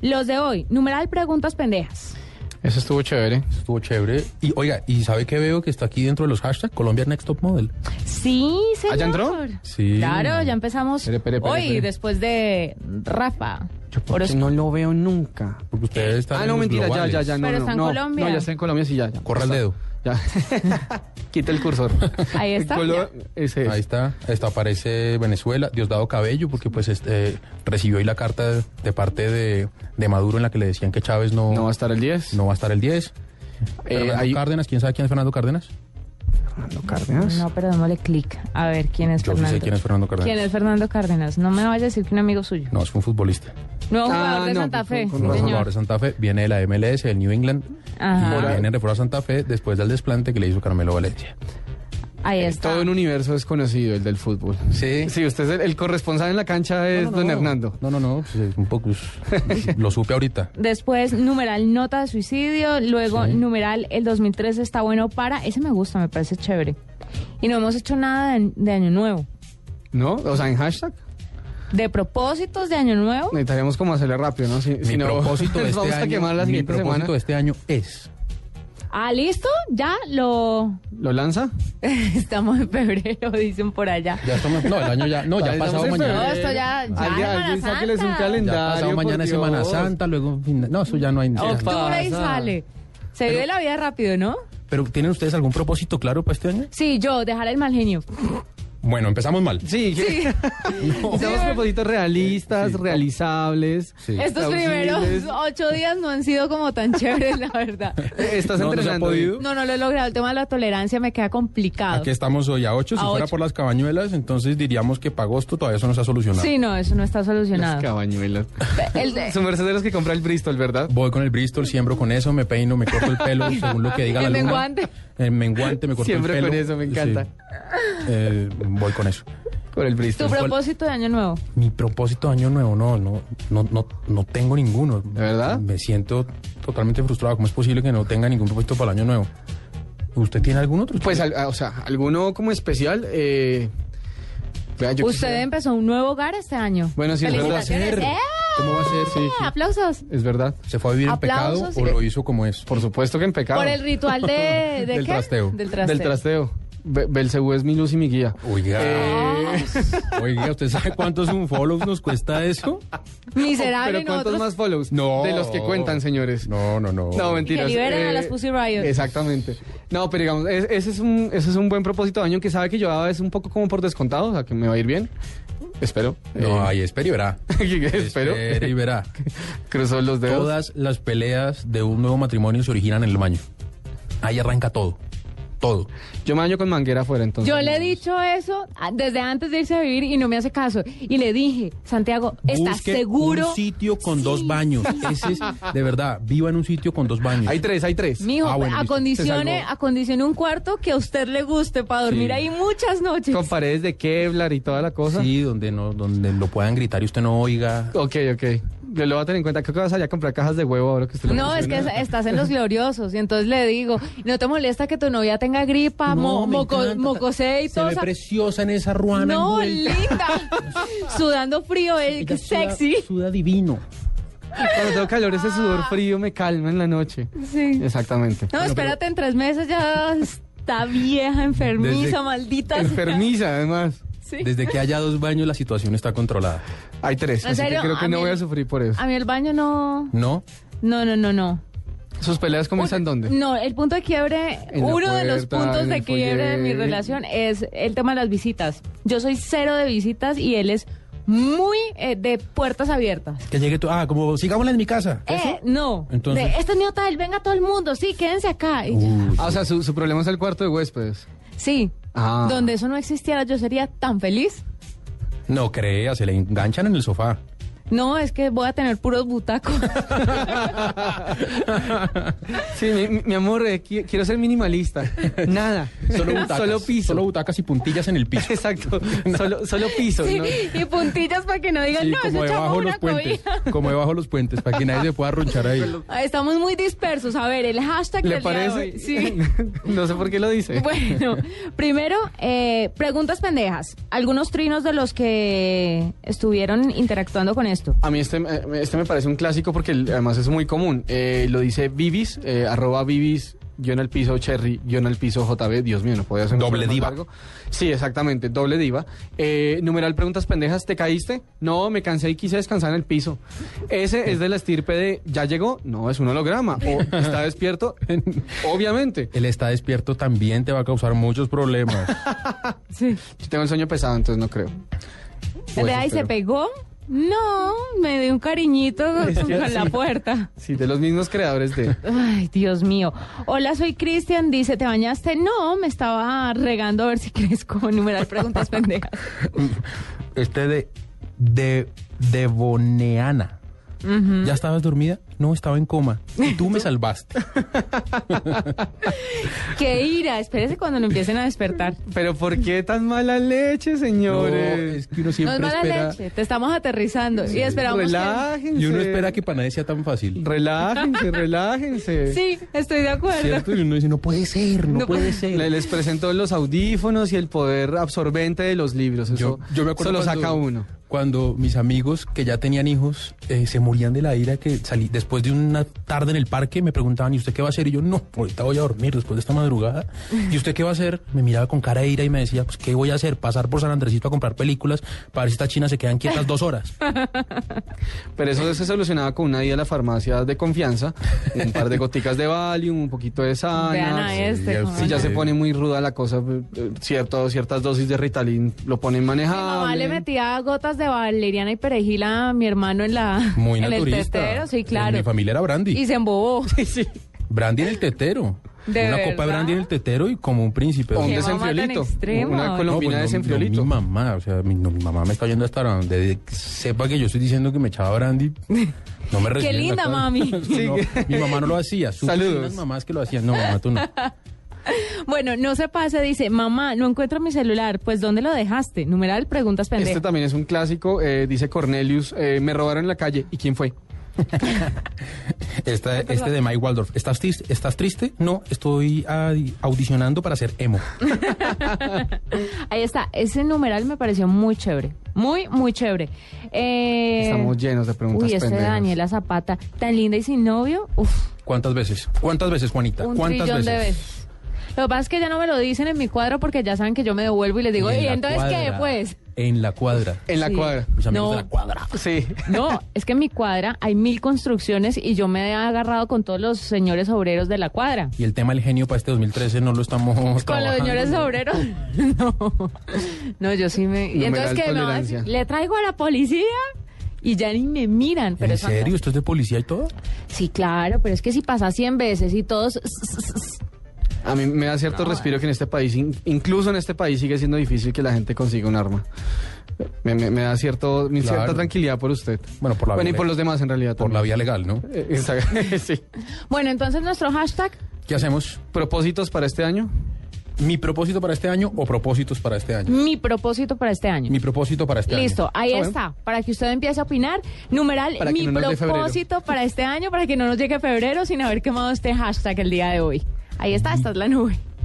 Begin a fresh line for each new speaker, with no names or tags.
Los de hoy, numeral preguntas pendejas.
Eso estuvo chévere.
Eso estuvo chévere. Y oiga, ¿y sabe qué veo que está aquí dentro de los hashtags? Colombia Next Top Model.
Sí, señor.
¿Ah, ya entró?
Sí.
Claro, ya empezamos
Espere, espere, espere,
hoy,
espere.
después de Rafa.
Yo porque
Orozco.
no lo veo nunca.
Porque ustedes
Eh,
están.
Ah,
en
no,
los
mentira, ya,
globales.
ya, ya. No,
Pero
no,
está en
no,
Colombia.
No, ya está en Colombia, sí, ya. ya.
Corra el dedo.
Ya. Quita el cursor.
Ahí está,
Colo- Ese es.
Ahí está, está aparece Venezuela, Diosdado Cabello, porque pues este, eh, recibió hoy la carta de, de parte de, de Maduro en la que le decían que Chávez no,
No va a Eh, estar el 10.
no va a estar el 10. Fernando
hay-
Cárdenas, ¿quién sabe quién es Fernando Cárdenas?
Fernando Cárdenas.
No, pero démosle clic. A ver, ¿quién es
Yo sí
Fernando?
sé quién es Fernando Cárdenas.
¿Quién es Fernando Cárdenas? No me vaya a decir que un amigo suyo.
No, es un futbolista.
Nuevo
Ah,
jugador de
no,
Santa
con-
Fe,
con
Un
razón,
señor.
jugador de Santa Fe, viene de la MLS, del New England,
Ajá.
y viene reforzado a Santa Fe después del desplante que le hizo Carmelo Valencia.
Ahí está.
Eh, Todo un universo desconocido, el del fútbol.
Sí.
Sí, usted es el, el corresponsal en la cancha, es don Hernando.
No, no, no, pues, es un poco. es- lo supe ahorita.
Después, numeral nota de suicidio. Luego,
Sí.
numeral el 2003 está bueno para. Ese me gusta, me parece chévere. Y no hemos hecho nada de, de Año Nuevo.
¿No? O sea, en hashtag.
De propósitos de Año Nuevo.
Necesitaríamos como hacerle rápido, ¿no? Si, si
mi
no,
propósito de
vamos
este
a
año,
quemar la
mi
siguiente
propósito
semana.
de este año es
Ah, listo, ya lo.
¿Lo lanza?
Estamos en febrero, dicen por allá.
ya estamos no el año ya no
Ahí
ya
estamos
pasado
en
mañana
No,
febrero.
esto ya. ya
Alguien-
Semana
alguien sáqueles un
Santa.
calendario.
ya pasado
por
mañana es
Dios.
Semana Santa luego fin- no eso ya no hay ya no.
Octubre y
pasa?
sale. Se vive la vida rápido, ¿no?
pero tienen ustedes algún propósito claro para este año
Sí, yo, dejar el mal genio.
bueno empezamos mal
Sí, que- necesitamos propósitos realistas, realizables.
Sí.
Estos
plausibles.
primeros ocho días no han sido como tan chéveres, la verdad.
Eh, ¿Estás
No, no se ha
entrenando?
podido.
No, no lo he logrado. El tema de la tolerancia me queda complicado.
aquí estamos hoy a 8 si
A
fuera
ocho.
por las cabañuelas entonces diríamos que para agosto todavía eso no se ha solucionado
Sí, no, eso no está
Las
solucionado.
cabañuelas.
El de-
Son mercedes que compra el Bristol, ¿verdad?
Voy con el Bristol, siembro con eso, me peino, me corto el pelo, según lo que diga la
El
luna.
menguante.
El menguante, me corto
Siembro
el pelo.
con eso, me encanta.
Sí. Eh, voy con eso.
Con el
Tu
Bristol.
propósito de año nuevo.
Mi propósito de año nuevo, no, no, no, no, no tengo ninguno.
¿De verdad?
Me siento totalmente frustrado. ¿Cómo es posible que no tenga ningún propósito para el año nuevo? ¿Usted tiene algún otro?
Pues, al- ah, o sea, alguno como especial. Eh, vea, yo
Usted
quisiera-
empezó un nuevo hogar este año.
Bueno, sí, es verdad.
Felicitaciones. ¡Eh!
¿Cómo va a ser? Sí, sí.
Aplausos.
Es verdad.
¿Se fue a vivir en pecado
Aplausos,
o
sí.
lo hizo como es?
Por supuesto que en pecado.
Por el ritual de, de
Del
qué?
trasteo.
Del trasteo.
Del trasteo. Be- Belcebú es mi luz y mi guía.
Oiga,
Eh,
oiga, ¿usted sabe cuántos unfollows nos cuesta eso?
Miserable
¿Pero cuántos
nosotros.
más follows?
No.
De los que cuentan, señores.
No, no, no.
No, mentiras. Eh,
Y que liberen a las Pussy Riot.
Exactamente. No, pero digamos, es- ese, es un, ese es un buen propósito de año que sabe que yo daba es un poco como por descontado, o sea, que me va a ir bien. Espero.
No,
Eh,
ahí espera y verá.
espero.
Espere y verá.
Cruzó los dedos.
Todas las peleas de un nuevo matrimonio se originan en el baño. Ahí arranca todo. Todo.
Yo me baño con manguera afuera, entonces.
Yo le he dicho eso a- desde antes de irse a vivir y no me hace caso. Y le dije, Santiago, ¿estás
Busque
seguro?
Un sitio con
Sí.
dos baños. Ese es, de verdad, viva en un sitio con dos baños.
Hay tres, hay tres.
Mijo,
Ah, bueno, listo.
acondicione,
Se salvó.
acondicione un cuarto que a usted le guste para dormir
Sí.
ahí muchas noches.
Con paredes de Kevlar y toda la cosa.
Sí, donde no, donde lo puedan gritar y usted no oiga.
Ok, ok. Yo lo voy a tener en cuenta. Creo que vas allá a comprar cajas de huevo ahora que usted lo
No, es que
menciona.
es- estás en los gloriosos. Y entonces le digo, ¿no te molesta que tu novia tenga gripa, mo-
No, me
moco-
encanta.
mocosé y
Se
todo?
ve preciosa en esa ruana.
No,
envuelta.
linda. Sudando frío, el
Ella suda-
sexy.
Suda divino.
Cuando tengo calor, ese sudor frío me calma en la noche.
Sí.
Exactamente.
No, espérate, en tres meses ya está vieja, enfermiza,
Desde-
maldita.
Enfermiza, además.
Sí.
Desde que haya dos baños, la situación está controlada.
Hay tres,
¿En
así
serio? Ah,
que creo que
A
no
mí-
voy a sufrir por eso.
A mí el baño no.
¿No?
No, no, no, no.
¿Sus peleas comienzan dónde?
No, el punto de quiebre,
En la
uno de los
puerta,
puntos
en
de
el
quiebre de mi
foyer.
relación es el tema de las visitas. Yo soy cero de visitas y él es muy eh, de puertas abiertas.
Que llegue tú. Ah, como sigámosla en mi casa.
Eh, no.
Entonces-
De, este es mi hotel, venga todo el mundo, sí, quédense acá. Y yo,
Uy,
Ah, o sea, su, su problema es el cuarto de huéspedes.
sí.
Ah.
Donde eso no existiera, yo sería tan feliz.
no creas, se le enganchan en el sofá.
No, es que voy a tener puros butacos.
Sí, mi, mi- mi amor, eh, qui- quiero ser minimalista. Nada.
Solo butacas.
Solo piso.
Solo butacas y puntillas en el piso.
Exacto. Solo, solo piso.
Sí,
¿no?
y puntillas para que no digan,
Sí,
no, eso
como
echamos
debajo los
una
puentes.
cobija.
Como debajo los puentes, para que nadie se pueda ronchar ahí.
Ah, Estamos muy dispersos. A ver, el hashtag
¿Le
del día de hoy.
parece?
Sí.
no sé por qué lo dice.
Bueno, primero, eh, preguntas pendejas. Algunos trinos de los que estuvieron interactuando con esto?
A mí este, eh, este me parece un clásico porque el- además es muy común. Eh, lo dice Vivis, eh, arroba Vivis, guión al piso Cherry, guión al piso JB. Dios mío, no podía hacer un
Doble
nombre más
diva.
largo. Sí, exactamente, doble diva. Eh, numeral preguntas pendejas, ¿te caíste? No, me cansé y quise descansar en el piso. Ese es de la estirpe de ¿ya llegó? No, es un holograma. O ¿está despierto? Obviamente.
El está despierto también te va a causar muchos problemas.
Sí.
Si tengo el sueño pesado, entonces no creo. O
De
eso
ahí se
espero.
pegó. No, me dio un cariñito
Es que
con la
sí.
puerta.
Sí, de los mismos creadores de...
Ay, Dios mío. Hola, soy Cristian. Dice, ¿te bañaste? No, me estaba regando a ver si crezco. Numeral preguntas pendejas.
Este de, de, de Boneana. ¿Ya estabas dormida? No, estaba en coma. Y tú me salvaste.
Qué ira. Espérese cuando lo empiecen a despertar.
Pero ¿por qué tan mala leche,
No,
señores?
es que uno
No
siempre
es mala
espera...
leche. Te estamos aterrizando. y esperamos que-
relájense.
Y uno espera que para nadie sea tan fácil.
Relájense, relájense.
Sí, estoy de acuerdo.
¿Cierto? Y uno dice, no puede ser, no,
No
puede
puede-
ser.
Le- les presento los audífonos y el poder absorbente de los libros. Eso, eso lo
cuando-
saca uno.
Cuando mis amigos que ya tenían hijos eh, se morían de la ira que salí después de una tarde en el parque me preguntaban ¿y usted qué va a hacer? Y yo no, ahorita voy a dormir después de esta madrugada. ¿Y usted qué va a hacer? Me miraba con cara de ira y me decía pues qué voy a hacer, pasar por San Andresito a comprar películas para ver si estas chinas se quedan quietas dos horas.
Pero eso se solucionaba con una ida a la farmacia de confianza, un par de goticas de Valium, un poquito de
Vean a
Xanax.
este.
Ah, ya-
cómo
Si ya
no.
se pone muy ruda la cosa, eh, cierto, ciertas dosis de Ritalin lo ponen
Mi mamá le
manejable.
metía gotas de valeriana y perejil a mi hermano en la
Muy
en el
naturista.
testero, sí,
En
claro.
mi familia era Brandy.
Y se embobó.
Sí, sí.
Brandy en el tetero.
¿De
una copa de
verdad?
brandy en el tetero y como un príncipe.
O un
Qué mamá tan
desenfriolito.
extrema,
Una
oye.
No,
colombina
pues, no,
desenfriolito.
no, mi mamá, o sea, mi, no, mi mamá me está oyendo hasta donde sepa que yo estoy diciendo que me echaba brandy. No me reciben la
linda,
cara.
mami.
No,
Sí.
mi mamá no lo hacía. Supe de
Saludos.
unas mamás que lo hacían. No, mamá, tú no.
Bueno, no se pase, dice, mamá, no encuentro mi celular. Pues, ¿dónde lo dejaste? Numeral, preguntas
Este
pendejas.
también es un clásico, eh, dice Cornelius, eh, me robaron en la calle. ¿Y quién fue?
Esta- este de Mike Waldorf. ¿Estás, tis- ¿Estás triste? No, estoy ah, audicionando para ser emo.
Ahí está, ese numeral me pareció muy chévere. Muy, muy chévere. Eh,
Estamos llenos de preguntas
Uy, este
pendejas.
Daniela Zapata, tan linda y sin novio. Uf,
¿Cuántas veces? ¿Cuántas veces, Juanita?
un
¿Cuántas
trillón de veces. Lo que pasa es que ya no me lo dicen en mi cuadro porque ya saben que yo me devuelvo y les digo,
En
¿y,
la
entonces qué?
cuadra,
Pues.
En la cuadra.
En la
Sí.
cuadra.
Mis amigos
No.
de la cuadra.
Sí.
No, es que en mi cuadra hay mil construcciones y yo me he agarrado con todos los señores obreros de la cuadra.
Y el tema del genio para este 2013 no lo estamos
Con los
trabajando.
señores obreros. No. No, yo sí me. Y
Numeral
entonces que me va a decir,
tolerancia.
le traigo a la policía y ya ni me miran. Pero
¿En
es fantástico.
serio? ¿Esto es de policía y todo?
Sí, claro, pero es que si pasa 100 veces y todos.
A mí me da cierto respiro que en este país, in- incluso en este país, sigue siendo difícil que la gente consiga un arma. Me, me- me da cierto, me
Claro.
cierta tranquilidad por usted.
Bueno, por la
bueno y
violencia.
por los demás en realidad.
Por la vía legal, ¿no?
la vida. sí.
Bueno, entonces nuestro hashtag.
¿Qué hacemos?
¿Propósitos para este año?
¿Mi propósito para este año o propósitos para este año?
Mi propósito para este año.
Mi propósito para este
Listo,
año.
ahí
Ah, bueno.
está. Para que usted empiece a opinar, numeral,
Para que
mi
no nos dé febrero.
propósito para este año, para que no nos llegue febrero sin haber quemado este hashtag el día de hoy. Ahí está, esta es la nube.